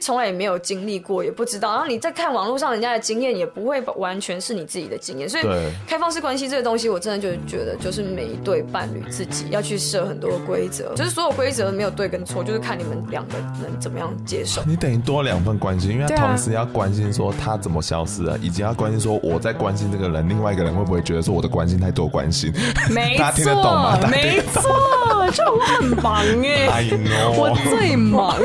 从来也没有经历过，也不知道。然后你再看网络上人家的经验，也不会完全是你自己的经验。所以对开放式关系这个东西，我真的就觉得，就是每一对伴侣自己要去设很多的规则，就是所有规则没有对跟错，就是看你们两个人怎么样接受。你等于多两份关心，因为他对啊同时要关心说他怎么消失了，以及要关心说我在关心这个人，另外一个人会不会觉得说我的关心太多关心？没 大家听得懂吗？错，大家没听错，就我很忙哎、 I 我 know。最忙。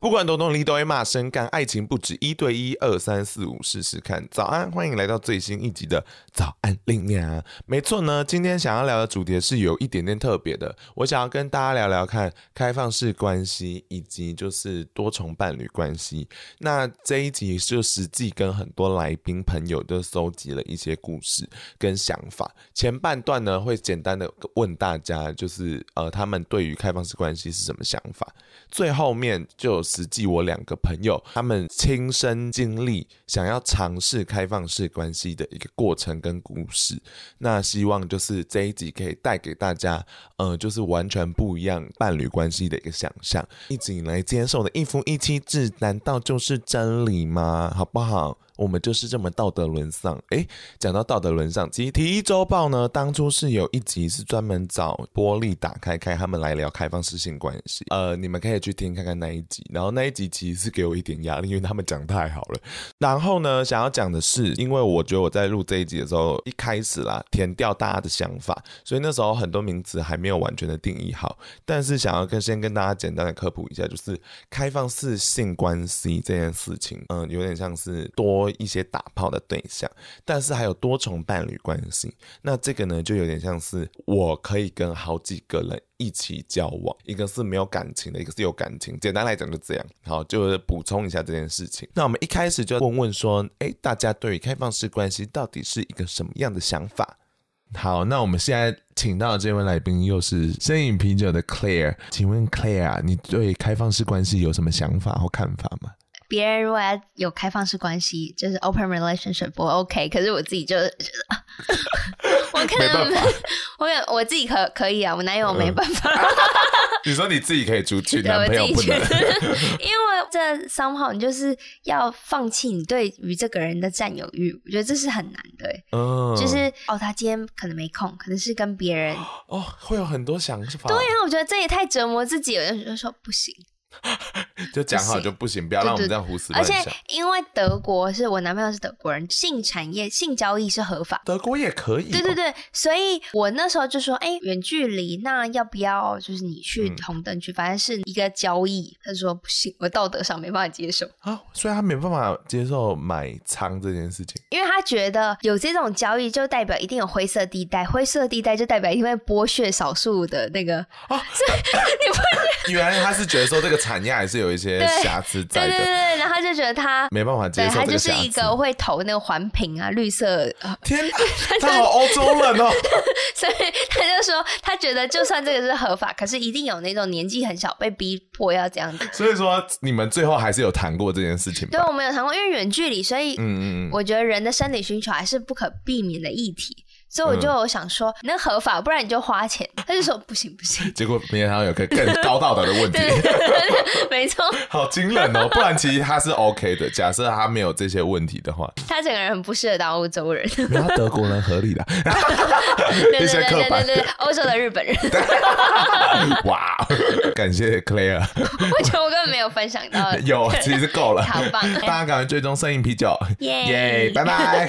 不管多动力都会骂声干，爱情不止一对一，二三四五试试看。早安，欢迎来到最新一集的早安令呀。没错呢，今天想要聊的主题是有一点点特别的，我想要跟大家聊聊看开放式关系以及就是多重伴侣关系。那这一集就实际跟很多来宾朋友都搜集了一些故事跟想法。前半段呢会简单的问大家，就是呃他们对于开放式关系是什么想法，最后面就有实际我两个朋友他们亲身经历想要尝试开放式关系的一个过程跟故事。那希望就是这一集可以带给大家，呃，就是完全不一样伴侣关系的一个想象。一直以来接受的一夫一妻制，难道就是真理吗？好不好？我们就是这么道德沦丧。诶，讲到道德沦丧，其实《体育周报》呢，当初是有一集是专门找玻璃打开开他们来聊开放式性关系。呃，你们可以去听看看那一集。然后那一集其实是给我一点压力，因为他们讲太好了。然后呢，想要讲的是，因为我觉得我在录这一集的时候，一开始啦，填掉大家的想法，所以那时候很多名词还没有完全的定义好。但是想要跟先跟大家简单的科普一下，就是开放式性关系这件事情，嗯、有点像是多一些打炮的对象，但是还有多重伴侣关系。那这个呢，就有点像是我可以跟好几个人一起交往，一个是没有感情的，一个是有感情。简单来讲就这样。好，就是补充一下这件事情。那我们一开始就问问说，哎，大家对于开放式关系到底是一个什么样的想法？好，那我们现在请到的这位来宾又是深饮啤酒的 Claire，请问 Claire，啊你对开放式关系有什么想法或看法 吗？别人如果要有开放式关系，就是 open relationship，我 OK。可是我自己就是觉得，我可能没办 我可我自己可可以啊，我男友没办法， 你说你自己可以出去，嗯对男我朋自友己不觉能。得， 因为这 somehow 你就是要放弃你对于这个人的占有欲，我觉得这是很难的欸、嗯，就是哦，他今天可能没空，可能是跟别人。哦，会有很多想法。对啊，我觉得这也太折磨自己了。我就说不行，就讲好就不行，不要让我们这样胡思而乱且想。因为德国是我男朋友是德国人，性产业、性交易是合法的德国也可以、对对，对，所以我那时候就说，哎、远距离，那要不要就是你去嗯红灯区？反正是一个交易。他说不行，我道德上没办法接受，啊，所以他没办法接受买仓这件事情。因为他觉得有这种交易就代表一定有灰色地带，灰色地带就代表一定会剥削少数的那个。啊 原来他是觉得说这个产业还是有一些对瑕疵对在对对，的，对然后他就觉得他。没办法接对受他这就个是瑕疵。一个会投那个环评啊，绿色，呃 天哪，他好欧洲人哦。所以他就说他觉得就算这个是合法，可是一定有那种年纪很小被逼迫要这样子。所以说你们最后还是有谈过这件事情对，吧？我们有谈过，因为远距离，所以嗯嗯嗯，，我觉得人的生理需求还是不可避免的议题，所以我就有想说，那合法，不然你就花钱。他就说不行不行结果没想到有个更高道德的问题，对对对，没错， 好惊人哦！不然其实他是 OK 的，假设他没有这些问题的话，他整个人很不适合当欧洲人，对那他德国人合理 的，对一对些对刻对板对，对欧洲的日本人， 哇！感谢 Claire。。我觉得我根本没有分享到有，其实够了。好棒哎大家赶快追踪摄影啤酒，耶耶，拜 拜。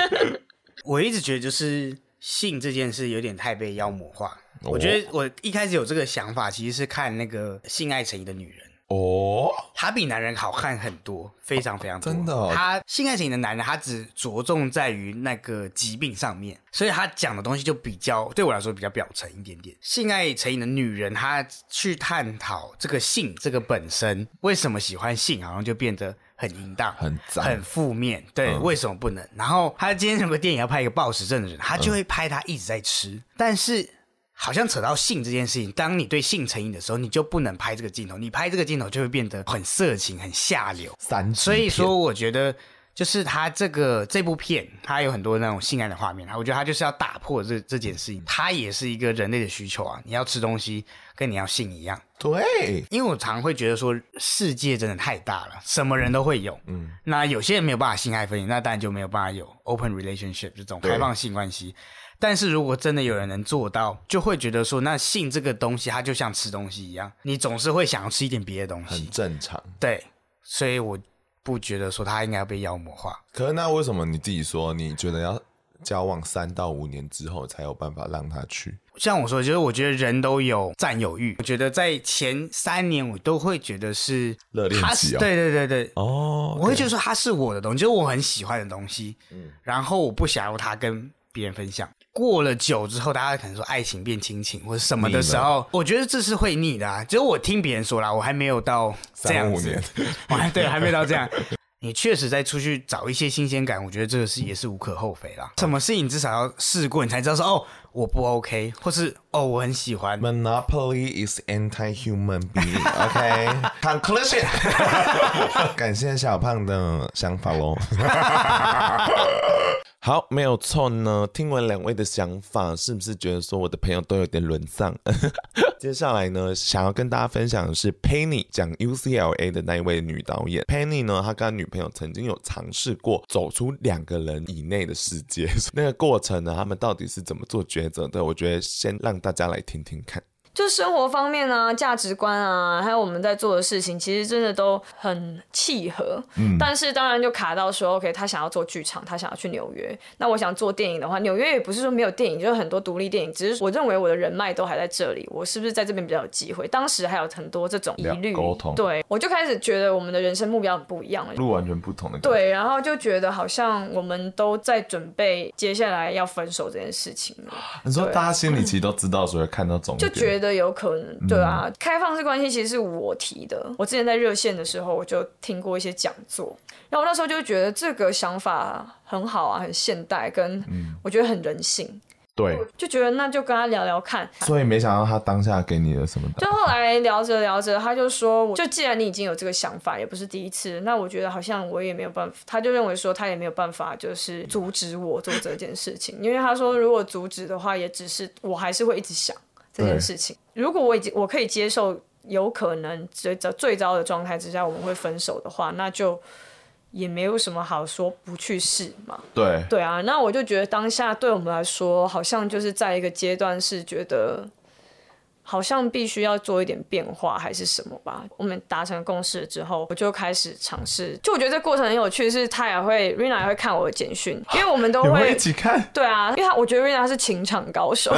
我一直觉得就是性这件事有点太被妖魔化。哦我觉得我一开始有这个想法，其实是看那个《性爱成瘾的女人》，哦，她比男人好看很多，非常非常多。真的哦她《性爱成瘾的男人》，他只着重在于那个疾病上面，所以他讲的东西就比较对我来说比较表层一点点。《性爱成瘾的女人》，她去探讨这个性这个本身为什么喜欢性，好像就变得很淫荡、很脏很负面，对，嗯为什么不嗯能？然后他今天有个电影要拍一个暴食症的人，他就会拍他一直在吃，但是好像扯到性这件事情，当你对性成瘾的时候，你就不能拍这个镜头，你拍这个镜头就会变得很色情、很下流。三级所以片说，我觉得就是他这个这部片，它有很多那种性爱的画面，我觉得他就是要打破这这件事情，嗯它也是一个人类的需求啊。你要吃东西，跟你要性一样。对，因为我常会觉得说，世界真的太大了，什么人都会有。嗯，那有些人没有办法性爱分离，那当然就没有办法有 open relationship 这种对开放性关系。但是如果真的有人能做到，就会觉得说，那性这个东西，它就像吃东西一样，你总是会想要吃一点别的东很西。正常。对，所以我不觉得说它应该要被妖魔化。可是那为什么你自己说你觉得要交往三到五年之后才有办法让他去？像我说，就是我觉得人都有占有欲。我觉得在前三年，我都会觉得是热恋它期是哦对对对对，哦，我会觉得说它是我的东西，就是我很喜欢的东西，嗯然后我不想要它跟别人分享。过了久之后，大家可能说爱情变亲情或者什么的时候，我觉得这是会腻的、啊。只有我听别人说啦，我还没有到这样三五子年， 我还对还没到这样。你确实在出去找一些新鲜感，我觉得这个是也是无可厚非啦。什么事情至少要试过，你才知道说哦，我不 OK，或是哦我很喜欢。 Monopoly is anti-human being. OK, conclusion. 感谢小胖的想法喽。好，没有错呢。听完两位的想法，是不是觉得说我的朋友都有点沦丧？ 接下来呢，想要跟大家分享的是 Penny 讲 UCLA 的那一位女导演 Penny 呢，她跟她女朋友曾经有尝试过走出两个人以内的世界， 那个过程呢，他们到底是怎么做抉择的？我觉得先让大家来听听看。就生活方面啊、价值观啊，还有我们在做的事情，其实真的都很契合。嗯，但是当然就卡到说，OK，他想要做剧场，他想要去纽约。那我想做电影的话，纽约也不是说没有电影，就是很多独立电影。只是我认为我的人脉都还在这里，我是不是在这边比较有机会？当时还有很多这种疑虑了沟通，对我就开始觉得我们的人生目标很不一样了。路完全不同的，，对，然后就觉得好像我们都在准备接下来要分手这件事情了。你说大家心里其实都知道，所以看到终就点，觉得有可能，对啊，开放式关系其实是我提的。我之前在热线的时候，我就听过一些讲座，然后我那时候就觉得这个想法很好啊，很现代，跟我觉得很人性，对，就觉得那就跟他聊聊看。所以没想到他当下给你的什么答就后来聊着聊着，他就说，我就既然你已经有这个想法，也不是第一次，那我觉得好像我也没有办法。他就认为说他也没有办法，就是阻止我做这件事情，因为他说如果阻止的话，也只是我还是会一直想这件事情。如果我已经我可以接受，有可能最糟最糟的状态之下我们会分手的话，那就也没有什么好说不去试嘛。对，对啊，那我就觉得当下对我们来说，好像就是在一个阶段是觉得，好像必须要做一点变化还是什么吧。我们达成共识之后，我就开始尝试。就我觉得这过程很有趣，是他也会 Rina 也会看我的简讯，因为我们都你们会一。起看， 对啊，因为他我觉得 Rina 是情场高手，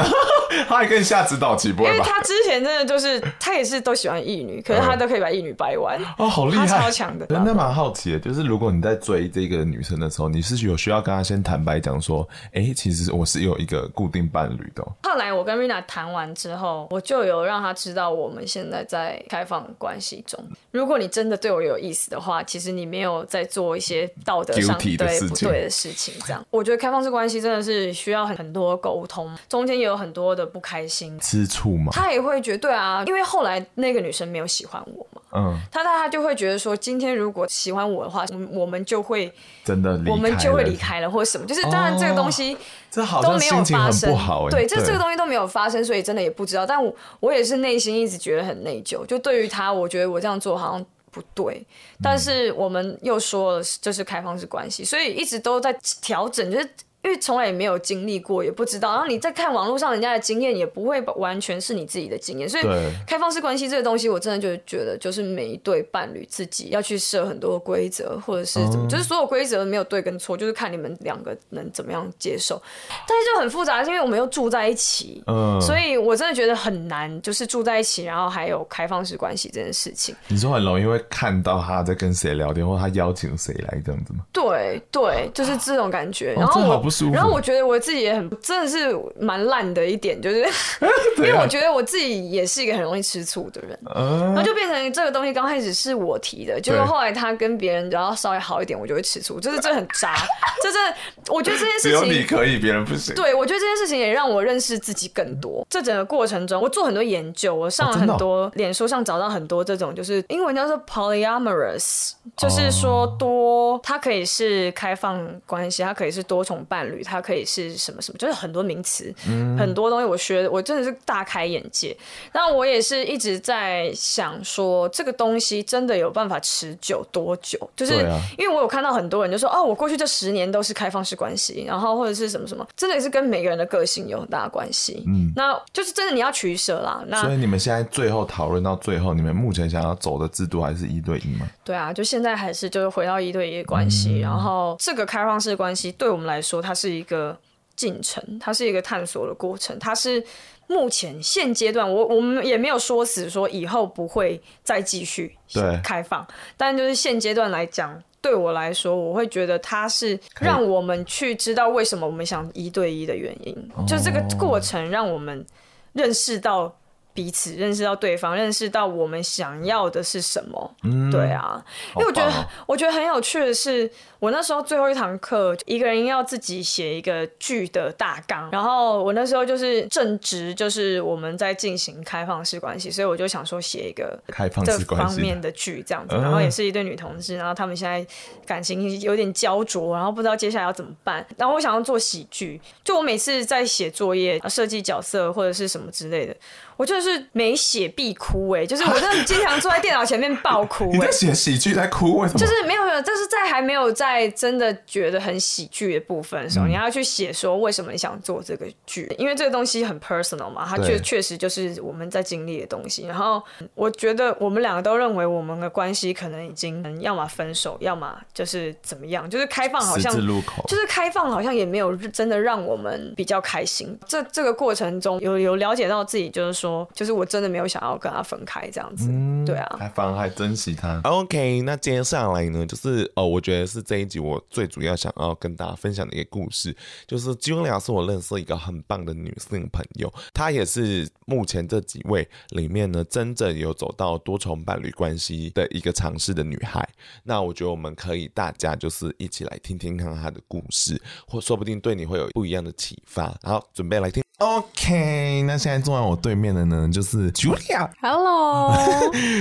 他还跟你下指导棋，不因会为吧？他之前真的就是他也是都喜欢异女，可是他都可以把异女掰弯，哦，好厉害，他超强的真的蛮好奇的，就是如果你在追这个女生的时候，你是有需要跟她先坦白讲说，哎、其实我是有一个固定伴侣的哦、后来我跟 Rina 谈完之后，我就有让她知道我们现在在开放关系中。如果你真的对我有意思的话，其实你没有在做一些道德上 Guilty 的对事不情对的事情。这样，我觉得开放式关系真的是需要很很多沟通，中间也有很多的不开心。吃醋嘛，她也会觉得对啊，因为后来那个女生没有喜欢我嘛，嗯，她她她就会觉得说，今天如果喜欢我的话，我们我们就会真的离开，我们就会离，开了，或者哦什么。就是当然这个东西。这好都像没有心情发很生，不好、哎，对，这这个东西都没有发生，所以真的也不知道。但我我也是内心一直觉得很内疚，就对于他，我觉得我这样做好像不对。嗯但是我们又说了，这是开放式关系，所以一直都在调整，就是。因为从来也没有经历过，也不知道。然后你在看网络上人家的经验，也不会完全是你自己的经验。所以对开放式关系这个东西，我真的就觉得，就是每一对伴侣自己要去设很多规则，或者是怎么，哦就是所有规则没有对跟错，就是看你们两个能怎么样接受。但是就很复杂，是因为我们又住在一起，嗯，所以我真的觉得很难，就是住在一起，然后还有开放式关系这件事情。你说很容易会看到他在跟谁聊天，或他邀请谁来这样子吗？对对，就是这种感觉。哦然后这好我不不舒服。然后我觉得我自己也很，真的是蛮烂的一点， 就是因为啊我觉得我自己也是一个很容易吃醋的嗯人，然后就变成这个东西刚开始是我提的，结果后来他跟别人然后稍微好一点，我就会吃醋，就是这很渣，这真的，我觉得这件只事有你情。可以，别人不行。对，我觉得这件事情也让我认识自己更多。这整个过程中，我做很多研究，我上哦了真很的哦多脸书上找到很多这种，就是英文叫做 polyamorous，就是哦说多，它可以是开放关系，它可以是多重伴侣，它可以是什么什么，就是很多名词，嗯很多东西我学，我真的是大开眼界。那我也是一直在想说，这个东西真的有办法持久多久？就是对啊因为我有看到很多人就说，哦，我过去这十年都是开放式关系，然后或者是什么什么，真的是跟每个人的个性有很大的关系。嗯，那就是真的你要取舍啦。所那以你们现在最后讨论到最后，你们目前想要走的制度还是一对一吗？对啊，就现在还是就是回到一对一的关系，然后这个开放式关系对我们来说，它是一个进程，它是一个探索的过程，它是。目前现阶段，我我们也没有说死说以后不会再继续对开放，但就是现阶段来讲，对我来说，我会觉得它是让我们去知道为什么我们想一对一的原因，就这个过程让我们认识到彼此，认识到对方，认识到我们想要的是什么。对啊，因为我觉得、嗯好棒哦我觉得很有趣的是，我那时候最后一堂课，一个人要自己写一个剧的大纲，然后我那时候就是正值就是我们在进行开放式关系，所以我就想说写一个开放这式关方系面的剧这样子，然后也是一对女同志，然后她们现在感情有点焦灼，然后不知道接下来要怎么办。然后我想要做喜剧，就我每次在写作业、呃设计角色或者是什么之类的，我就是每写必哭哎、就是我真的经常坐在电脑前面爆哭 你哎、在写喜剧在哭，为什么？就是没有没有，但是在还没有在真的觉得很喜剧的部分的嗯时候，你要去写说为什么你想做这个剧，因为这个东西很 personal 嘛，它对确确实就是我们在经历的东西。然后我觉得我们两个都认为我们的关系可能已经嗯要么分手，要么就是怎么样，就是开放好十像字路口，就是开放好像也没有真的让我们比较开心。这这个过程中有有了解到自己，就是说，就是我真的没有想要跟他分开这样子，对啊。还反而还珍惜他。OK，那接下来呢，就是哦，我觉得是这一集我最主要想要跟大家分享的一个故事，就是 Julia 是我认识一个很棒的女性朋友，她也是目前这几位里面呢，真正有走到多重伴侣关系的一个尝试的女孩。那我觉得我们可以大家就是一起来听听看她的故事，或说不定对你会有不一样的启发。好，准备来听。OK，那现在坐在我对面的呢，就是 Julia。 Hello，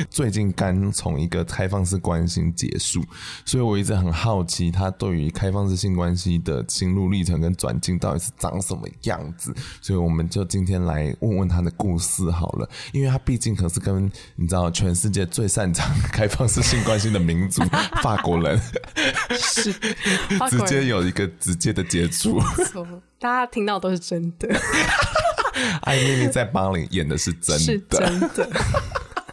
最近刚从一个开放式关系结束，所以我一直很好奇他对于开放式性关系的心路历程跟转进到底是长什么样子，所以我们就今天来问问他的故事好了，因为他毕竟可是跟你知道全世界最擅长开放式性关系的民 族法国人， 是法直国接人有一个直接的接 触。没错，大家听到都是真的，艾米丽在巴黎演的是真 是的，真的。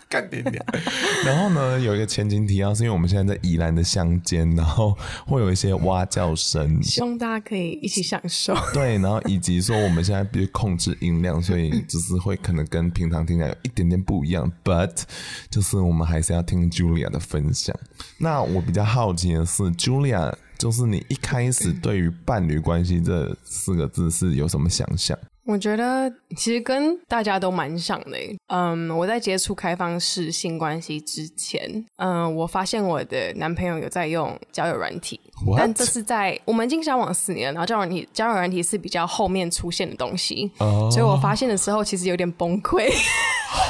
干点点。 然后呢，有一个前情提要，是因为我们现在在宜兰的乡间，然后会有一些蛙叫声，希望大家可以一起享受。对，然后以及说我们现在必须控制音量，所以就是会可能跟平常听起来有一点点不一样，but 就是我们还是要听 Julia 的分享。那我比较好奇的是，Julia。就是你一开始对于伴侣关系这四个字是有什么想象？我觉得其实跟大家都蛮像的欸。嗯，我在接触开放式性关系之前，嗯，我发现我的男朋友有在用交友软体 What？但这是在我们已经交往四年了，然后交友软体交友软体是比较后面出现的东西哦所以我发现的时候其实有点崩溃。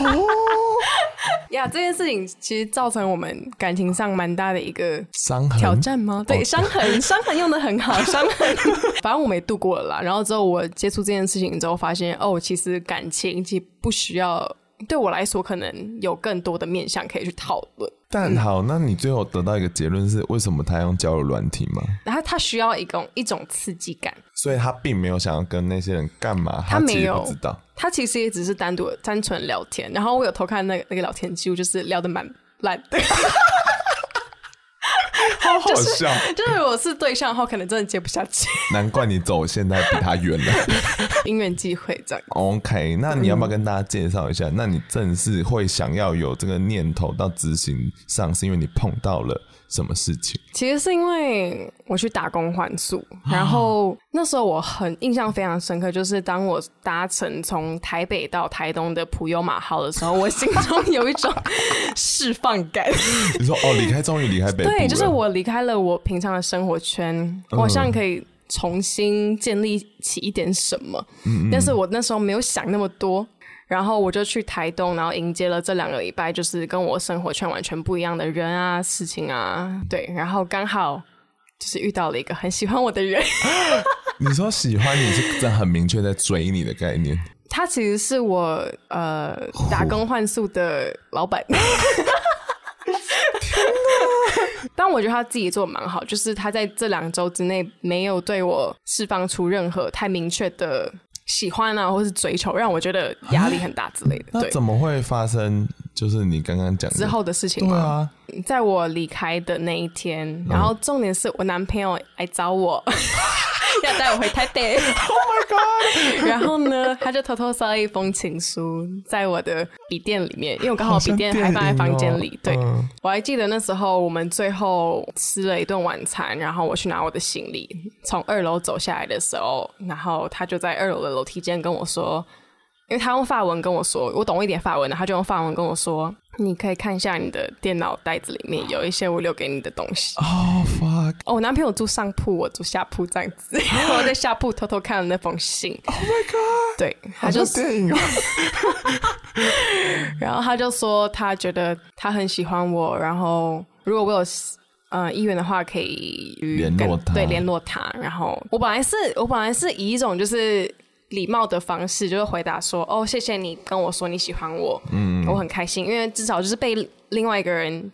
哦 呀这件事情其实造成我们感情上蛮大的一个伤痕挑战吗？对，哦伤痕，伤痕用的 很好，伤痕。反正我们也度过了啦。然后之后我接触这件事情之后，发现哦，其实感情其实不需要，对我来说可能有更多的面向可以去讨论。但好，那你最后得到一个结论是，为什么他用交友软体吗？然后他需要一种一种刺激感，所以他并没有想要跟那些人干嘛，他其实没有不知道。他其实也只是单独单纯聊天。然后我有偷看那个那个聊天记录，就是聊的蛮烂的。好超好笑，就是如果是对象的话，可能真的接不下去，难怪你走现在比他远了。 因缘际会这样。 OK，那你要不要跟大家介绍一下？那你正是会想要有这个念头到执行上，是因为你碰到了什么事情？其实是因为我去打工换宿，然后那时候我很印象非常深刻，就是当我搭乘从台北到台东的普悠玛号的时候，我心中有一种释放感。你说哦，离开，终于离开北部了对，就是我离开了我平常的生活圈，我好像可以重新建立起一点什么。但是我那时候没有想那么多，然后我就去台东，然后迎接了这两个礼拜，就是跟我生活圈完全不一样的人啊、事情啊，对，然后刚好。就是遇到了一个很喜欢我的人，你说喜欢你是真的很明确在追你的概念，他其实是我呃打工换宿的老板。 但我觉得他自己做得蛮好，就是他在这两周之内没有对我释放出任何太明确的喜欢啊，或是追求，让我觉得压力很大之类的。那 对，怎么会发生？就是你刚刚讲的之后的事情对嘛，啊，嗯在我离开的那一天，然后重点是我男朋友来找我， 要带我回台北。Oh my god！然后呢，他就偷偷塞了一封情书在我的笔电里面，因为我刚好笔电还放在房间里。好像电对影哦，嗯我还记得那时候我们最后吃了一顿晚餐，然后我去拿我的行李，从二楼走下来的时候，然后他就在二楼的楼梯间跟我说。因为他用法文跟我说，我懂一点法文，然后他就用法文跟我说，你可以看一下你的电脑袋子里面有一些我留给你的东西。哦、fuck，哦，我男朋友住上铺，我住下铺这样子， 然后我在下铺偷偷看了那封信。Oh my god！对， 他好就像电影哦， 然后他就说他觉得他很喜欢我，然后如果我有呃意愿的话，可以联跟络他对联络他。然后我本来是我本来是以一种就是礼貌的方式，就是回答说哦，谢谢你跟我说你喜欢我，嗯，我很开心，因为至少就是被另外一个人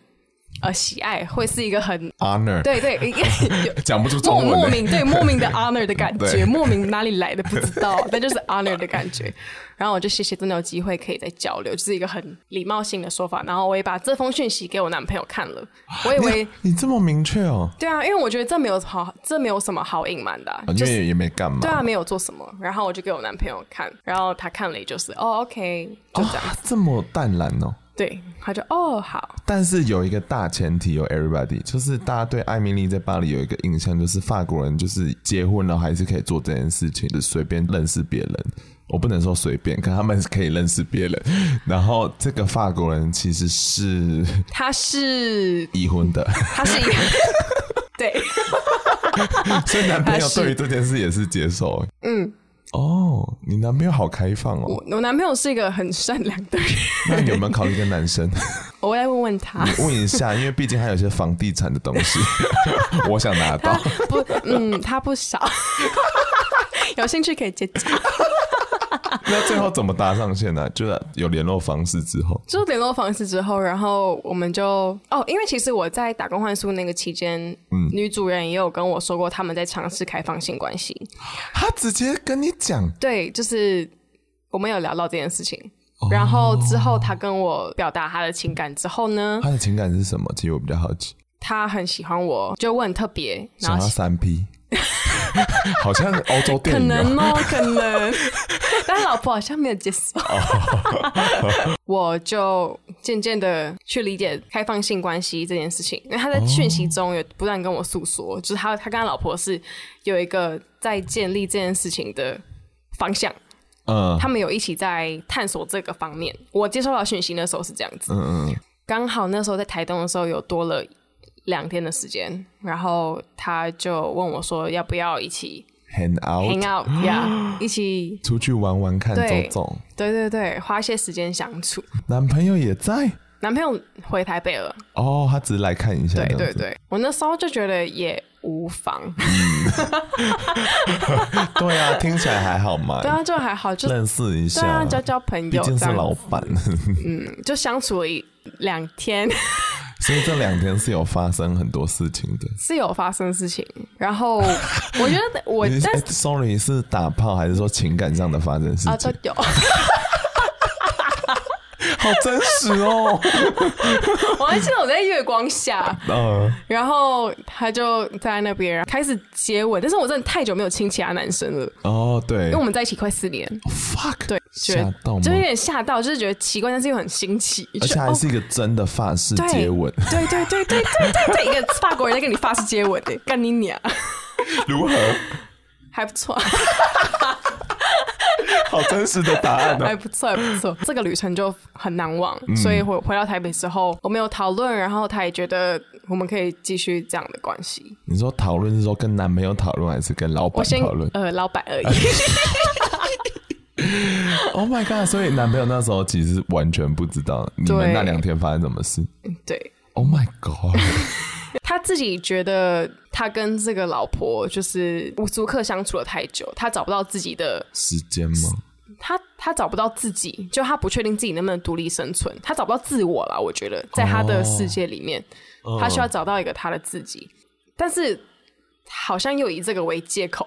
呃喜爱，会是一个很 honor，对对一个 有讲不出莫中文莫的，名对莫名的 honor 的感对觉，莫名哪里来的不知道， 但就是 honor 的感觉。然后我就谢谢真的有机会可以再交流，就是一个很礼貌性的说法。然后我也把这封讯息给我男朋友看了，我以为你这么明确哦，对啊，因为我觉得这没有好，这没有什么好隐瞒的啊、啊因就是为也没干嘛，对啊，没有做什么。然后我就给我男朋友看，然后他看了也就是哦，OK，就这样。啊这么淡然哦。对，他就哦好，但是有一个大前提有 everybody，就是大家对艾米丽在巴黎有一个印象，就是法国人就是结婚了还是可以做这件事情，就随便认识别人。我不能说随便，可他们是可以认识别人。 然后这个法国人其实是他是已婚的， 他是一个对， 所以男朋友他是对于这件事也是接受。嗯，哦，你男朋友好开放哦我。我男朋友是一个很善良的人。那你有没有考虑跟男生？我来问问他，你问一 下，因为毕竟还有一些房地产的东西， 我想拿他 到。不，嗯，他不少， 有兴趣可以接洽。那最后怎么搭上线呢、就是有联络方式之后。就联络方式之后，然后我们就哦，因为其实我在打工换宿那个期间，女主人也有跟我说过，他们在尝试开放性关系。他直接跟你讲，对，就是我们有聊到这件事情。然后之后，他跟我表达他的情感之后呢，他的情感是什么？其实我比较好奇，他很喜欢我，就我很特别，然想后要三 P，好像欧洲可电影、能哦。哦，可能，但老婆好像没有接受。哦 我就渐渐的去理解开放性关系这件事情，因为他在讯息中有不断跟我诉说，哦就是他他跟他老婆是有一个在建立这件事情的方向，嗯他们有一起在探索这个方面。我接收到讯息那时候是这样子，嗯嗯，刚好那时候在台东的时候有多了两天的时间，然后他就问我说要不要一起 hang out，, hang out 呀、一起出去玩玩看，对走走。对对对，花一些时间相处。男朋友也在男朋友回台北了，哦，他只是来看一下。对这对样子对，我那时候就觉得也无妨，对啊，听起来还好嘛。对啊，就还好，就认识一对下，啊，交交朋毕友竟这是样，老板，就相处了一两 天所以这两天是有发生很多事情 的。是有发生事情，然 后我觉得我你是但哎是啊 sorry 是打炮还是说情感上的发生事啊都情？有，好真实 哦。 我还记得我在月光下，嗯，然后他就在那边开始接吻，但是我真的太久没有亲其他男生了，哦，对因为我们在一起快四年， ，fuck，对，觉吓得到吗就？有点吓到，就是觉得奇怪，但是又很新奇，而且还就是哦一个真的法式对接吻，哦对对对对对对对，一个法国人在跟你发式接吻的， 干你娘， 如何？还不错，好真实的答案哦还呢？不错，还不错。这个旅程就很难忘，嗯所以回回到台北之后，我们有讨论，然后他也觉得我们可以继续这样的关系。你说讨论是说跟男朋友讨论，还是跟老我板先讨论呃，老板 而已，呃？Oh my god！所以男朋友那时候其实完全不知道你们对那两天发生什么事。对 Oh my god！他自己觉得他跟这个老婆就是无足客相处了太久，他找不到自己的时间吗？ 他他找不到自己，就他不确定自己能不能独立生存，他找不到自我啦。我觉得在他的世界里面，哦他需要嗯找到一个他的自己，但是好像又以这个为借口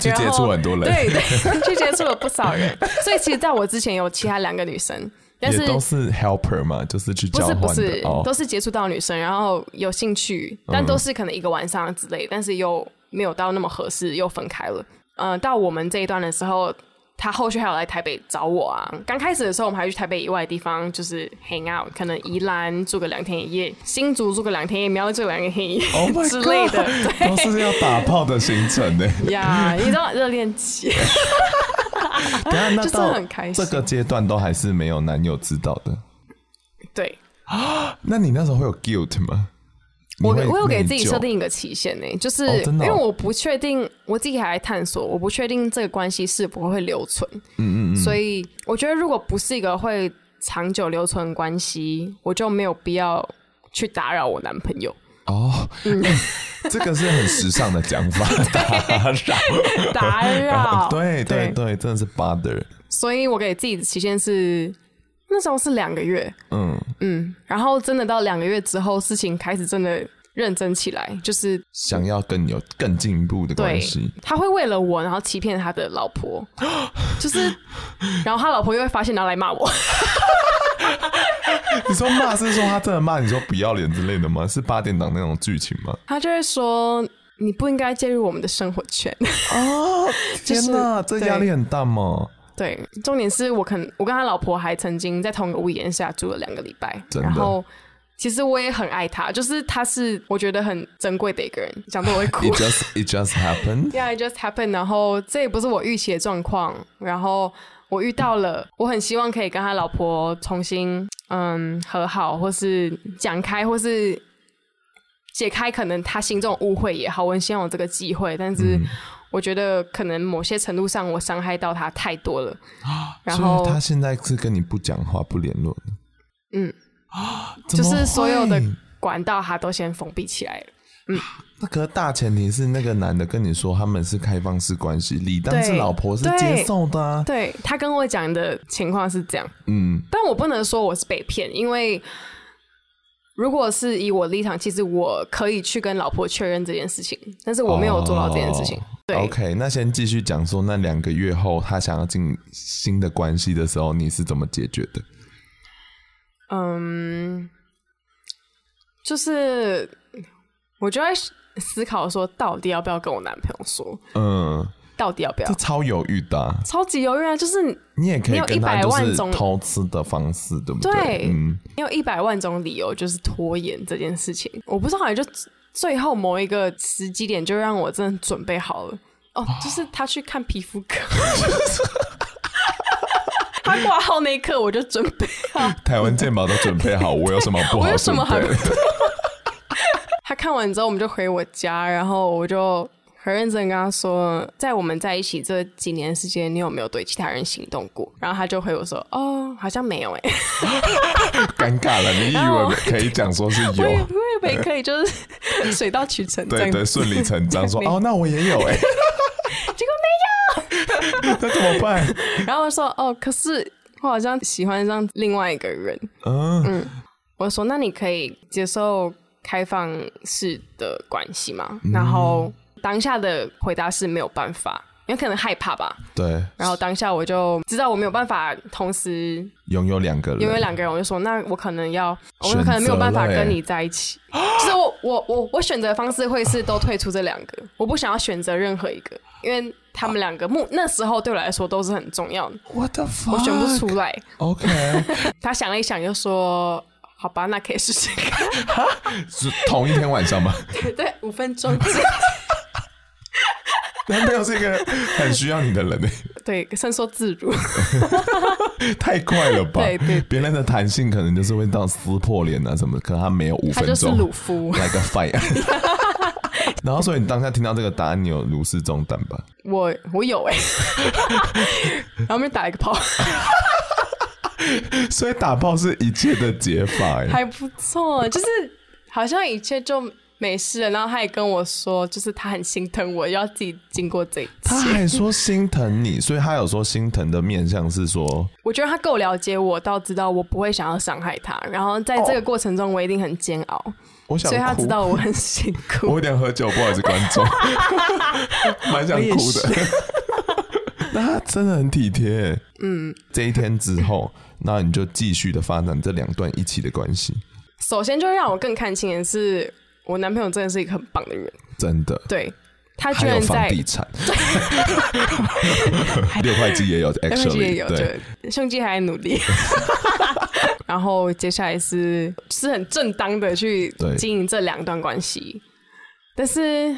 去接触很多人然后啊对对， 去接触了不少人。所以其实在我之前有其他两个女生，但是也都是 helper 嘛，就是去不交是换的不是、哦嗯都。是接触到女生，然后有兴趣，但都是可能一个晚上之类，但是又没有到那么合适，又分开了。嗯、到我们这一段的时候，他后续还有来台北找我啊。刚开始的时候，我们还去台北以外的地方，就是 hang out，可能宜兰住个两天一夜，新竹住个两天一夜，苗栗住个两天一夜、 Oh my 之类的。 God，都是要打炮的行程欸 呢。呀你知道热恋期， 等一下那就是到很开心这个阶段都还是没有男友知道的。对那你那时候会有 guilt 吗？我你会我有内给疚自己设定一个期限呢、就是、哦真的哦因为我不确定，我自己还在探索，我不确定这个关系是否会留存。嗯嗯嗯。所以我觉得，如果不是一个会长久留存关系，我就没有必要去打扰我男朋友，哦，嗯 这个是很时尚的讲法，打扰。打 扰。哦对对对，真的是 bother。所以我给自己的期限是那时候是两个月，嗯，嗯，然后真的到两个月之后，事情开始真的认真起来，就是想要更有更进一步的关对 系，，他会为了我，然后欺骗他的老 婆，就是，然后他老婆又会发现，然后来骂 我。你说骂是说他真的骂你说不要脸之类的吗？是八点档那种剧情吗？他就会说：“你不应该介入我们的生活圈。 哦，就是天哪，这对压力很大吗？”对，重点是我肯，我跟他老婆还曾经在同一个屋檐下住了两个礼拜，真的然后。其实我也很爱他，就是他是我觉得很珍贵的一个人，讲的我会哭 It。just it just happened。 Yeah, it just happened。然后这也不是我预期的状况，然后我遇到了，我很希望可以跟他老婆重新嗯和好，或是讲开，或是解开可能他心中的误会也好，我很希望有这个机会，但是嗯我觉得可能某些程度上我伤害到他太多了，然后啊所以他现在是跟你不讲话、不联络的。嗯啊，就怎么是所有的会管道他都先封闭起来了。那个大前提是那个男的跟你说他们是开放式关系，理当是对老婆是对接受的啊。对他跟我讲的情况是这样，嗯，但我不能说我是被骗，因为如果是以我立场，其实我可以去跟老婆确认这件事情，但是我没有做到这件事情。哦对 OK，那先继续讲说，那两个月后他想要进新的关系的时候，你是怎么解决的？嗯，就是我就在思考说，到底要不要跟我男朋友说？嗯，到底要不要这？超犹豫的啊、超级犹豫啊！就是你也可你以有跟他100就万是种偷吃的方式，对不对嗯，你有一百万种理由，就是拖延这件事情。我不知道，好像就最后某一个时机点，就让我真的准备好了。哦，就是他去看皮肤科， 他挂号那一刻我就准备好，台湾健保都准备好，我有什么不好？ 我有什么好对不对他看完之后我们就回我家，然后我就很认真跟他说，在我们在一起这几年时间，你有没有对其他人行动过？然后他就回我说，哦，好像没有哎、尴尬了？你以然后为可以讲说是 我以有？我以为可以就是水到渠成这样对子，对，顺 理成章说对哦，那我也有 哎、结果没有。 那怎么办？然后我说哦，可是我好像喜欢上另外一个人。嗯，我说那你可以接受开放式的关系吗？然后当下的回答是没有办法，因为可能害怕吧。对，然后当下我就知道我没有办法同时拥有两个人，因为两个人，我就说，那我可能要，我选择可能没有办法了欸跟你在一起。就是我我我我选择方式会是都退出这两个，我不想要选择任何一个，因为他们两个目那时候对我来说都是很重要的，我的 fuck，我选不出来。 OK，他想了一想，就说。好吧，那可以试试看。是同一天晚上吗？ 对，五分钟之内。男朋友是一个很需要你的人呢， 欸对，伸缩自如。 太快了吧？对对对别人的弹性可能就是会到撕破脸啊什么，可他没有五他分钟，就是鲁夫 like a fire。然 后，所以你当下听到这个答案，你有如释重担吧？我我有 哎、然后我们就打了一个炮，所以打炮是一切的解法、欸，还不错，就是好像一切就没事了。然后他也跟我说，就是他很心疼我，要自己经过这一他切。还说心疼你，所以他有说心疼的面向是说，我觉得他够了解我，到知道我不会想要伤害他。然后在这个过程中，我一定很煎熬，我想所以他哭知道我很辛我苦有。点喝酒，不好意思，观 众，蛮想哭的。 那他真的很体贴。嗯，这一天之后，那你就继续的发展这两段一起的关系，首先，就让我更看清的是，我男朋友真的是一个很棒的人。真的。对他居还有然房在地产， 六块肌也 有但是，actually 也有，对，就胸肌还努力。 然后接下来是是很正当的去对经营这两段关系，但是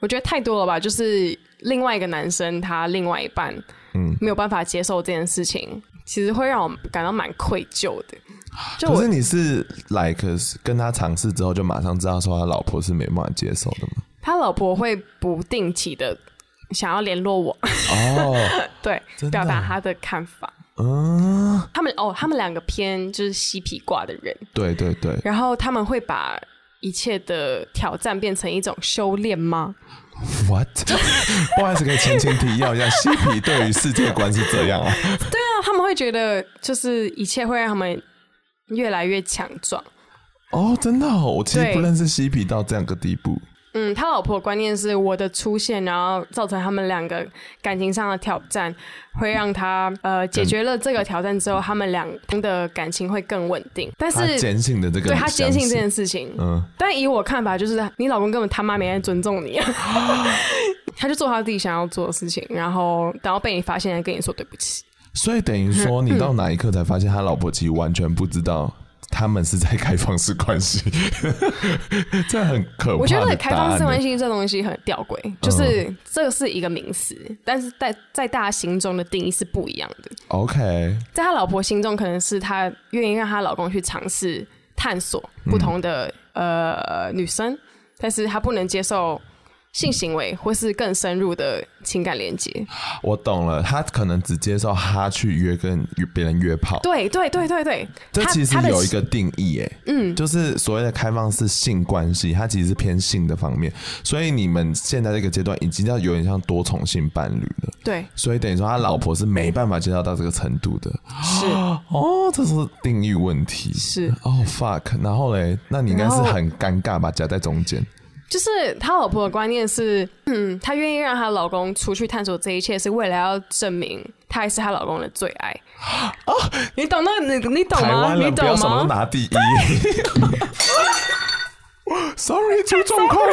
我觉得太多了吧，就是另外一个男生他另外一半，嗯没有办法接受这件事情，其实会让我感到蛮愧疚的。就可我是你是 like 是跟他尝试之后，就马上知道说他老婆是没办法接受的 嘛？他老婆会不定期的想要联络我， 哦，对，真的表达他的看法。嗯，他们哦，他们两个偏就是嬉皮挂的人，对对对， 然后他们会把一切的挑战变成一种修炼吗？ What？不 好意思，可以前情提要一下，嬉皮对于世界观是这样啊？那他们会觉得，就是一切会让他们越来越强壮。哦，真的、哦，我其实对不认识嬉皮到这样个地步。嗯，他老婆的观念是我的出现，然后造成他们两个感情上的挑战，会让他呃解决了这个挑战之后，他们俩的感情会更稳定。但他是坚信的这个，对他坚信这，件事情，嗯，但以我看法，就是你老公根本他妈没在尊重你、 啊，他就做他自己想要做的事情，然后然后被你发现，还跟你说对不起。所以等于说，你到哪一刻才发现他老婆其实完全不知道他们是在开放式关系， 这很可怕的答案。欸我觉得开放式关系这东西很吊诡，就是这个是一个名词，但是在在大家心中的定义是不一样的。 ，OK，在他老婆心中，可能是她愿意让她老公去尝试探索不同的、呃女生，但是她不能接受性行为或是更深入的情感连接。我懂了，他可能只接受他去约跟别人约炮，对对对对对，这她其实她的有一个定义诶，嗯，就是所谓的开放式性关系，它其实是偏性的方面，所以你们现在这个阶段已经要有点像多重性伴侣了，对所以等于说他老婆是没办法接受到这个程度的，是哦，这是定义问题，是，哦、fuck，然后嘞，那你应该是然后很尴尬吧，夹在中间，就是她老婆的观念是，嗯，她愿意让她老公出去探索这一切，是为了要证明她还是她老公的最爱。哦，你懂那你你懂啊台吗？湾你人不要懂什么都 吗？拿第一，sorry 出状况，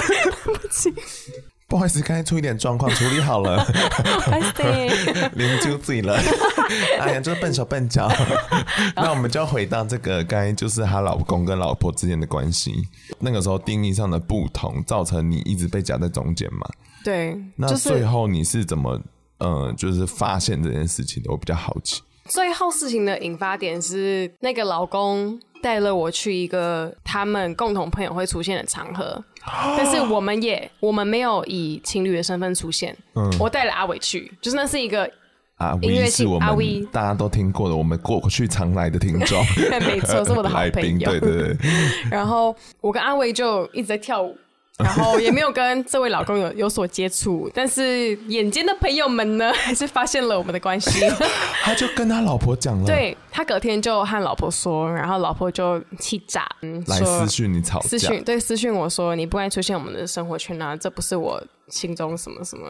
不好意思，刚才出一点状况，处理好了。还是得 零就醉 了，哎呀，就是笨手笨脚。那我们就回到这个，刚才就是她老公跟老婆之间的关系，那个时候定义上的不同，造成你一直被夹在中间嘛。对， 那就是最后你是怎么，呃，就是发现这件事情的？我比较好奇。最后事情的引发点是，那个老公带了我去一个他们共同朋友会出现的场合，啊但是我们也我们没有以情侣的身份出现。嗯我带了阿伟去，就是那是一个阿音乐威性是我阿们威大家都听过的，我们过去常来的听 众，没错是我的好来宾朋友对对对，然后我跟阿威就一直在跳舞，然后也没有跟这位老公有有所接触，但是眼尖的朋友们呢，还是发现了我们的关 系。他就跟他老婆讲了，，对他隔天就和老婆说，然后老婆就气炸，嗯，来说私讯你吵架，私讯对私讯我说，你不该出现我们的生活圈啊，这不是我心中什么什么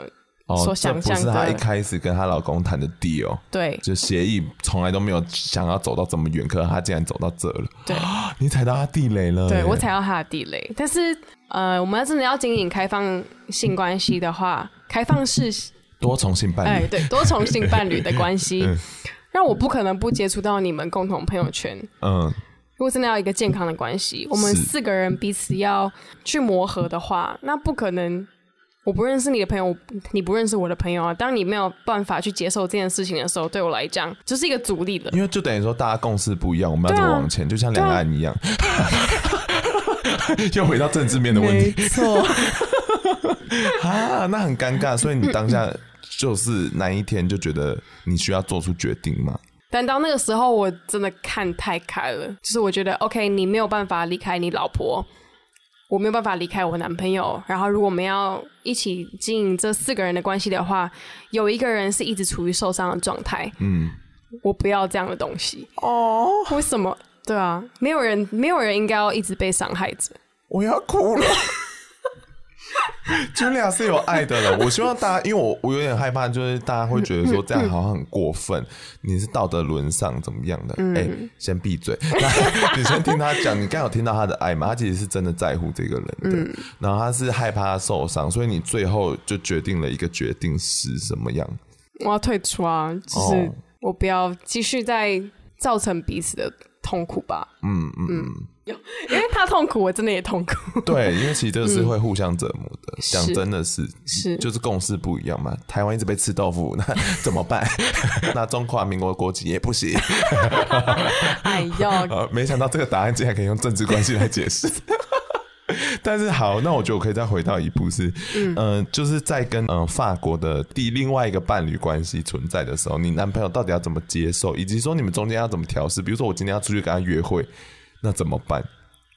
所哦，这想不象是她一的。开始跟她老公谈的 deal，对就协议从来都没有想要走到这么远，可是她竟然走到这了，对， 你踩到她地雷了耶，对我踩到他的地雷。但是呃，我们要真的要经营开放性关系 的话，开放式多重性哎伴侣，嗯对多重性伴侣的 关系，让我不可能不接触到你们共同朋友圈。嗯，如果真的要一个健康的关系，我们是四个人彼此要去磨合的话，那不可能。我不认识你的朋友，你不认识我的朋友啊。当你没有办法去接受这件事情的时候，对我来讲就是一个阻力了。因为就等于说大家共识不一样，我们要怎么对啊啊往前，就像两岸一样， 又回到政治面的问题错， 啊，那很尴尬，所以你当下就是那一天就觉得你需要做出决定嘛，但到那个时候，我真的看太开了，就是我觉得 OK，你没有办法离开你老婆，我没有办法离开我男朋友。然后，如果我们要一起经营这四个人的关系的话，有一个人是一直处于受伤的状态，嗯，我不要这样的东西。哦，为什么？对啊，没有人，没有人应该要一直被伤害着。我要哭了。Julia 是有爱的了，我希望大家，因为我我有点害怕，就是大家会觉得说这样好像很过分，你是道德沦丧怎么样的？哎、先闭嘴，你先听他讲，你刚好听到他的爱嘛，他其实是真的在乎这个人的，然后他是害怕他受伤，所以你最后就决定了一个决定是什么样，我要退出啊，就是哦我不要继续再造成彼此的痛苦吧，嗯嗯嗯， 因为他痛苦，我真的也痛苦。 对，因为其实这个是会互相折磨的，讲、 是真的是是就是共识不一样嘛。台湾一直被吃豆腐，那怎么办？ 那中华民国国籍也不行。 哎呦，呃，没想到这个答案竟然可以用政治关系来解释。 但是好，那我觉得我可以再回到一步是，嗯、就是在跟嗯、呃法国的第另外一个伴侣关系存在的时候，你男朋友到底要怎么接受，以及说你们中间要怎么调试？比如说我今天要出去跟他约会，那怎么办？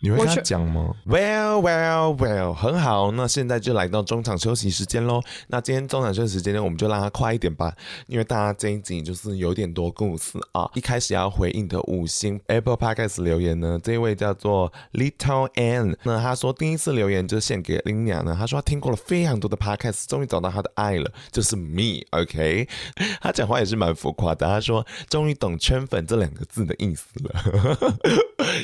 你会我跟他觉讲吗？Well, well, well，很好。那现在就来到中场休息时间喽。那今天中场休息时间呢，我们就让它快一点吧，因为大家这一集就是有点多故事啊。一开始要回应的五星 Apple Podcast 留言呢，这一位叫做 Little Ann，那他说第一次留言就献给 l i n a 呢，他说他听过了非常多的 Podcast，终于找到他的爱了，就是 me。OK，他讲话也是蛮浮夸的，他说终于懂圈粉这两个字的意思了。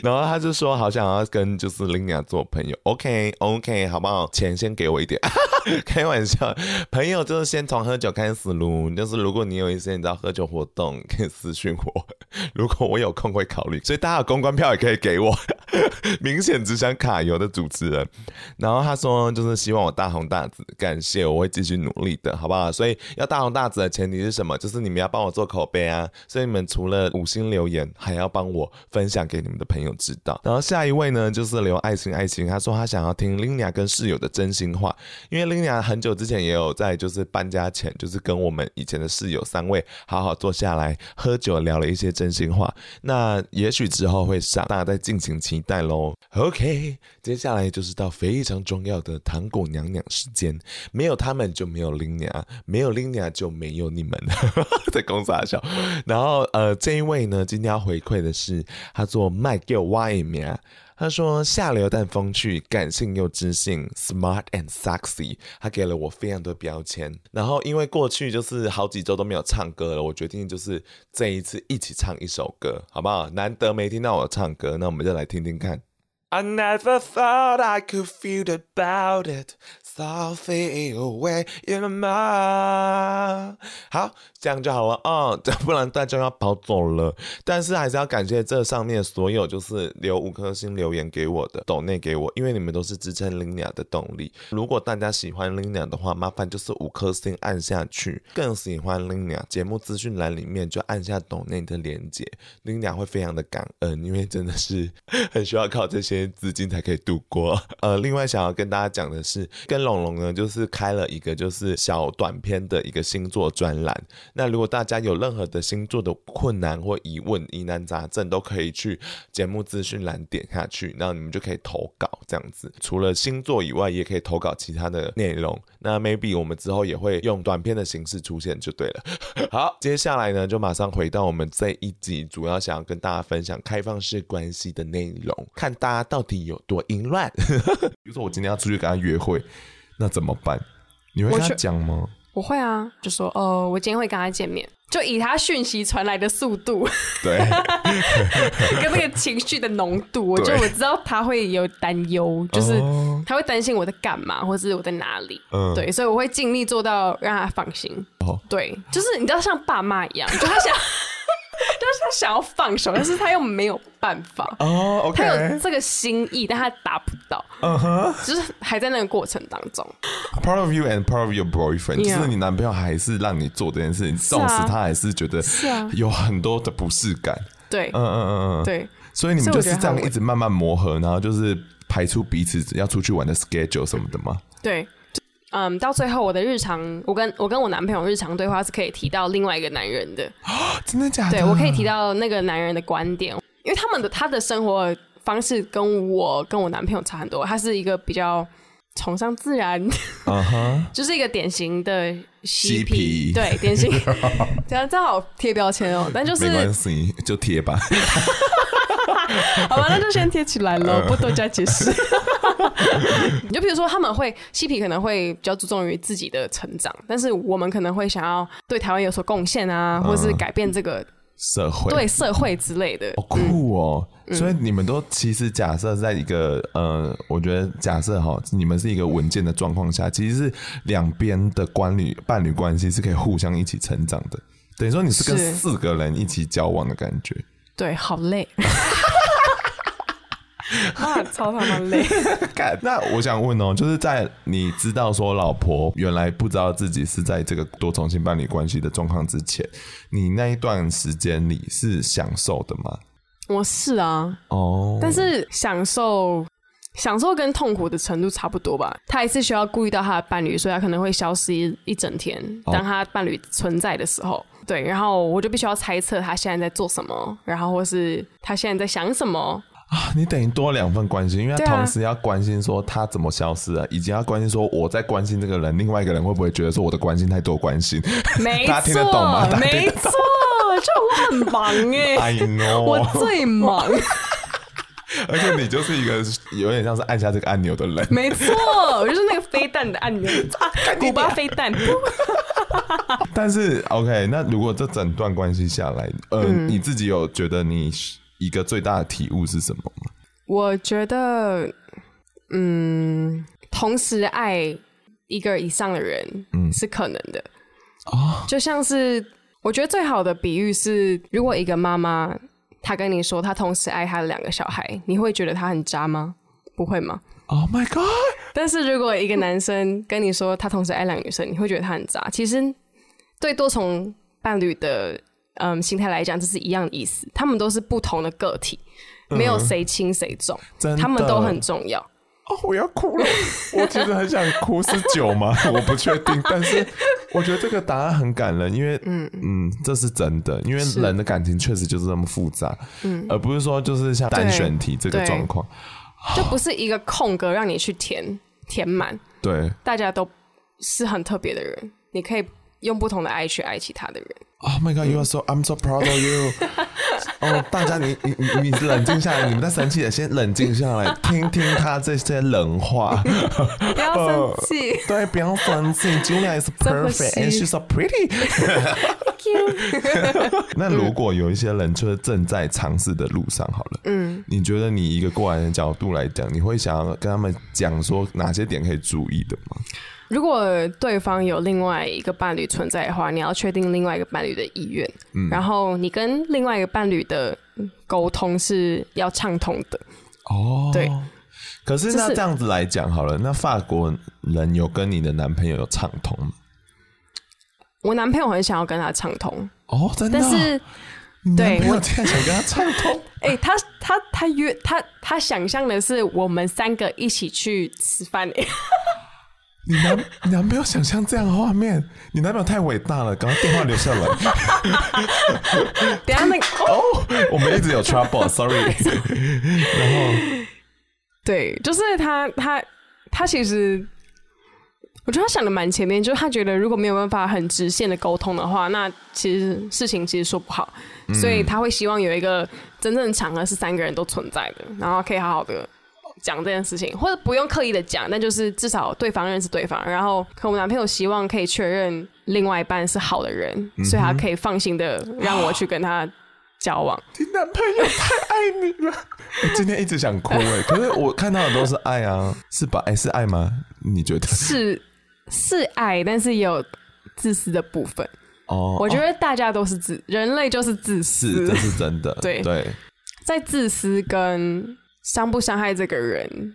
然后他就说好想要跟就是 Lina 做朋友，OK OK，好不好？钱先给我一点， 开玩笑，朋友就是先从喝酒开始撸，就是如果你有一些你知道喝酒活动，可以私讯我， 如果我有空会考虑，所以大家有公关票也可以给我， 明显只想卡油的主持人。然后他说，就是希望我大红大紫，感谢，我会继续努力的，好不好？所以要大红大紫的前提是什么？就是你们要帮我做口碑啊。所以你们除了五星留言，还要帮我分享给你们的朋友知道。然后下一位呢，就是留爱心爱心，他说他想要听 Lina 跟室友的真心话，因为 Lina 很久之前也有在就是搬家前，就是跟我们以前的室友三位好好坐下来喝酒，聊了一些真心话。那也许之后会上，大家再敬请期待喽。OK，接下来就是到非常重要的糖果娘娘时间，没有他们就没有 Lina，没有 Lina 就没有你们， 在公司笑。然后呃，这一位呢，今天要回馈的是，他做麦给我啊挖一名。他说：“下流但风趣，感性又知性，smart and sexy。”他给了我非常多标签。然后因为过去就是好几周都没有唱歌了，我决定就是这一次一起唱一首歌，好不好？难得没听到我唱歌，那我们就来听听看。I never thought I could feel about it, so feel away in the mouth。好，这样就好了哦， 这不然大家要跑走了。但是还是要感谢这上面所有就是留五颗星留言给我的、抖内给我，因为你们都是支撑 Lina 的动力。如果大家喜欢 Lina 的话，麻烦就是五颗星按下去。更喜欢 Lina，节目资讯栏里面就按下抖内的连接，Lina 会非常的感恩，因为真的是很需要靠这些资金才可以度过。呃，另外想要跟大家讲的是，跟龙龙呢就是开了一个就是小短片的一个星座专栏。那如果大家有任何的星座的困难或疑问、疑难杂症，都可以去节目资讯栏点下去，然后你们就可以投稿这样子。除了星座以外，也可以投稿其他的内容。那 maybe 我们之后也会用短片的形式出现，就对了。 好，接下来呢，就马上回到我们这一集，主要想要跟大家分享开放式关系的内容，看大家到底有多淫 乱。比如说，我今天要出去跟他约会，那怎么办？你会我跟他觉讲吗？ 我会啊，就说哦，我今天会跟他见面，就以他讯息传来的速 度对，跟那个情绪的浓度，我觉得对我知道他会有担忧，就是哦他会担心我在干嘛，或者是我在哪里。嗯对，所以我会尽力做到让他放心。哦对，就是你知道像爸妈 一样，就他想， 就是他想要放手，但是他又没有办法。哦他有，OK，这个心意，但他达不到，嗯哼就是还在那个过程当中。 ，part of you and part of your boyfriend，就 Yeah 是你男朋友还是让你做这件事情，纵使他还是觉得啊有很多的不适感，对嗯嗯嗯嗯，。对，所以你们就是这所以我觉得样很一直慢慢磨合，然后就是排出彼此要出去玩的 schedule 什么的吗？啊对，嗯，到最后我的日常，我跟我跟我男朋友日常对话是可以提到另外一个男人的，啊真的假的？啊对我可以提到那个男人的观点，因为他们的他的生活方式跟我跟我男朋友差很多，他是一个比较崇尚自然，嗯哼，就是一个典型的嬉嬉皮对，典型， 这样正好贴标签哦，但就是没关系，就贴吧。好吧，那就先贴起来喽，不多加解释。你就比如说，他们会嬉皮可能会比较注重于自己的成长，但是我们可能会想要对台湾有所贡献啊，或是改变这个社会对社会之类的。好酷哦！所以你们都其实假设在一个呃，我觉得假设哈，你们是一个文件的状况下，其实是两边的关侣伴侣关系是可以互相一起成长的。等于说你是跟是四个人一起交往的感觉， 对，好累。 啊，超他妈累！干那我想问哦，就是在你知道说老婆原来不知道自己是在这个多重性伴侣关系的状况之前，你那一段时间里是享受的吗？我是啊，哦，但是享受。享受跟痛苦的程度差不多吧，他还是需要顾虑到他的伴侣，所以他可能会消失一一整天。哦当他伴侣存在的时候，对，然后我就必须要猜测他现在在做什么，然后或是他现在在想 什么。啊你等于多两份关心，因为他对啊同时要关心说他怎么消失了，以及要关心说我在关心这个人，另外一个人会不会觉得说我的关心太多关心？ 没大家听得懂吗错，大家听没得错，就我很忙 哎、 I know，我最忙，而且你就是一个有点像是按下这个按钮的人。没错，我就是那个飞弹的 按钮，古巴飞弹。但是 OK，那如果这整段关系下来，呃，嗯你自己有觉得你一个最大的体悟是什么吗？我觉得，嗯，同时爱一个以上的人，嗯，是可能的。哦，就像是我觉得最好的比喻是，如果一个妈妈她跟你说她同时爱她的两个小孩，你会觉得她很渣吗？不会吗？ Oh my god！但是如果一个男生跟你说他同时爱两个女生，你会觉得他很渣。其实对多重伴侣的嗯心态来讲，这是一样的意思。他们都是不同的个体，没有谁轻谁重，真的他们都很重要。哦，我要哭了！我其实很想哭，是酒吗？ 我不确定，但是我觉得这个答案很感人，因为嗯嗯，这是真的，因为人的感情确实就是这么复杂，嗯，而不是说就是像单选题这个对状况，就不是一个空格让你去填填满，对，大家都是很特别的人，你可以用不同的爱去爱其他的人。 Oh my god, you are so I'm so proud of you 。 哦，大家你你你你冷静下来，你们在生气的先冷静下来，听听他这些冷话。 不要生气，对，不要生气。Julia is 这么 perfect and 细 she's so pretty 。那嗯如果有一些人就是正在尝试的路上，好了，嗯，你觉得你一个过来人的角度来讲，你会想要跟他们讲说哪些点可以注意的吗？如果对方有另外一个伴侣存在的话，你要确定另外一个伴侣的意愿，嗯然后你跟另外一个伴侣的沟通是要畅通的。哦，对。可是就那是这样子来讲好了，那法国人有跟你的男朋友有畅通吗？我男朋友很想要跟他畅通，哦，真的但哦、是你男对朋友我竟然想跟他畅通， 哎、他他他约他他想象的是我们三个一起去吃 饭、哎你男你男朋友想象这样的画面，你男朋友太伟大了，赶快电话留下来。等一下那个、哦， 我们一直有 trouble，sorry。对，就是他他他其实，我觉得他想的蛮前面，就是他觉得如果没有办法很直线的沟通的话，那其实事情其实说不好，所以他会希望有一个真正的场合是三个人都存在的，然后可以好好的讲这件事情，或者不用刻意的讲，但就是至少对方认识对方。然后，可我男朋友希望可以确认另外一半是好的人，所以他可以放心的让我去跟他交往。你男朋友太爱你了。我 今天一直想哭哎、 可是我看到的都是爱啊，是吧？哎、是爱吗？你觉得？是是爱，但是也有自私的部分。 哦，我觉哦得大家都是自，人类就是自是，私这，是真的。对对，在自私跟伤不伤害这个人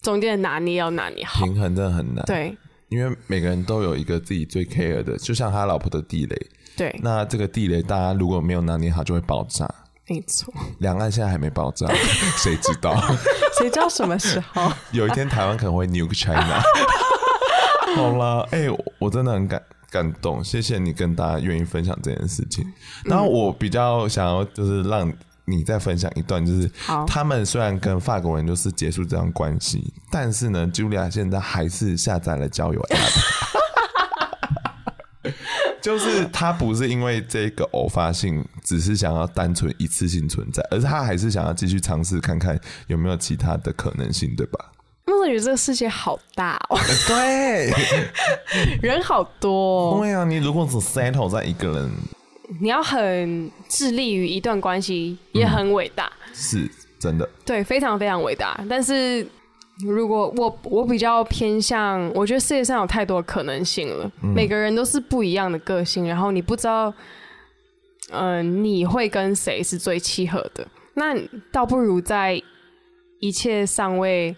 中间的拿捏要拿捏好。平衡真的很难。，对因为每个人都有一个自己最 care 的，就像他老婆的地雷。对，那这个地雷，大家如果没有拿捏好，就会爆炸。没错。两岸现在还没爆 炸，谁知道？谁知道什么时 候？有一天台湾可能会 nuke China。好啦，哎、我我真的很感感动，谢谢你跟大家愿意分享这件事情。然后我比较想要就是让你再分享一段，就是好他们虽然跟法国人就是结束这段关系，但是呢，Julia 现在还是下载了交友 app。就是他不是因为这个偶发性，只是想要单纯一次性存在，而是他还是想要继续尝试看看有没有其他的可能性，对吧？我总觉得这个世界好大哦， 对，人好多、哦，对啊，你如果只 settle 在一个人，你要很致力于一段关系，也很伟大，是真的，对，非常非常伟大。但是如果我我比较偏向，我觉得世界上有太多可能性了，每个人都是不一样的个性，然后你不知道，嗯、你会跟谁是最契合的，那倒不如在一切尚未。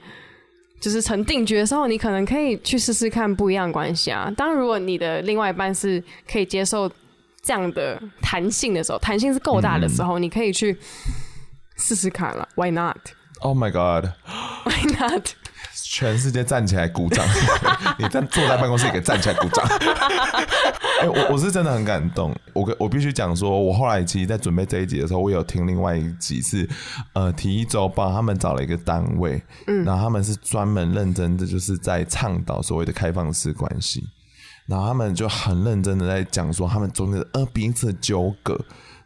就是成定局的时候，你可能可以去试试看不一样的关系啊。当然，如果你的另外一半是可以接受这样的弹性的时候，弹性是够大的时候，你可以去试试看了。Why not? Oh my god！ Why not? 全世界站起来鼓掌， 你站坐在办公室也可以站起来鼓掌。 哎、我我是真的很感动。我跟我必须讲说，我后来其实，在准备这一集的时候，我有听另外一集是，呃，体育周报他们找了一个单位，嗯，然后他们是专门认真的，就是在倡导所谓的开放式关系。然后他们就很认真的在讲说，他们中间的呃彼此的纠葛，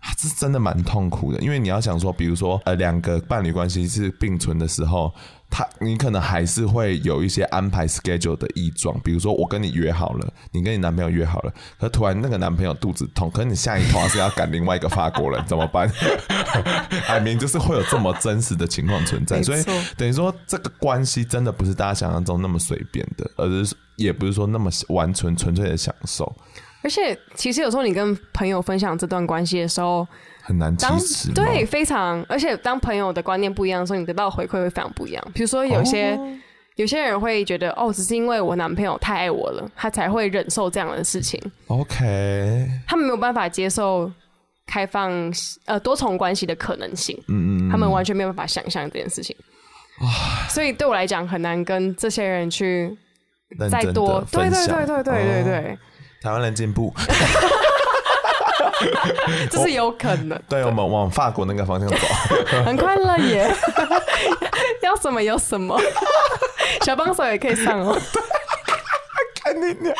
啊这真的蛮痛苦的。因为你要想说，比如说呃两个伴侣关系是并存的时候，他你可能还是会有一些安排 schedule 的异状，比如说我跟你约好了，你跟你男朋友约好了，可突然那个男朋友肚子痛，可是你下一头还是要赶另外一个法国人，怎么办？I mean，就是会有这么真实的情况存在，没所错以等于说这个关系真的不是大家想象中那么随便的，而是也不是说那么完全纯粹的享受， 而且，其实有时候你跟朋友分享这段关系的时候，很难当启齿嘛。对非常，而且当朋友的观念不一样的时候，你得到的回馈会非常不一样。比如说，有些、哦有些人会觉得，哦，只是因为我男朋友太爱我了，他才会忍受这样的事情， ，OK，他们没有办法接受开放呃多重关系的可能性。嗯嗯他们完全没有办法想象这件事情。所以对我来讲很难跟这些人去嗯，再多，对认真地分享对对对对对哦对，台湾人进步，这是有可能，对我们往法国那个方向走。很快乐耶， 要什么有什么，小帮手也可以上哦，看你娘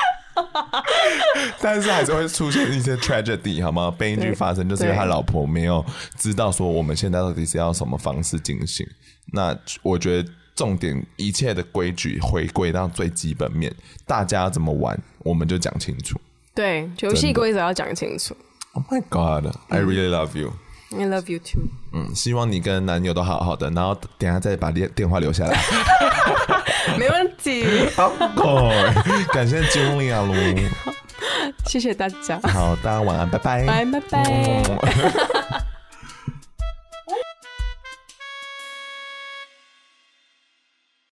但是还是会出现一些 tragedy 好吗？悲剧发生，就是因为他老婆没有知道说我们现在到底是要什么方式进行。那我觉得重点，一切的规矩回归到最基本面，大家怎么玩，我们就讲清楚。对，游戏规则要讲清楚。 Oh my god, I really love you。 I love you too。嗯，希望你跟男友都好好的，然后等一下再把电电话留下来。没问题，哦，感谢 Julia 卢，谢谢大家，好，大家晚安，拜拜，拜拜拜。嗯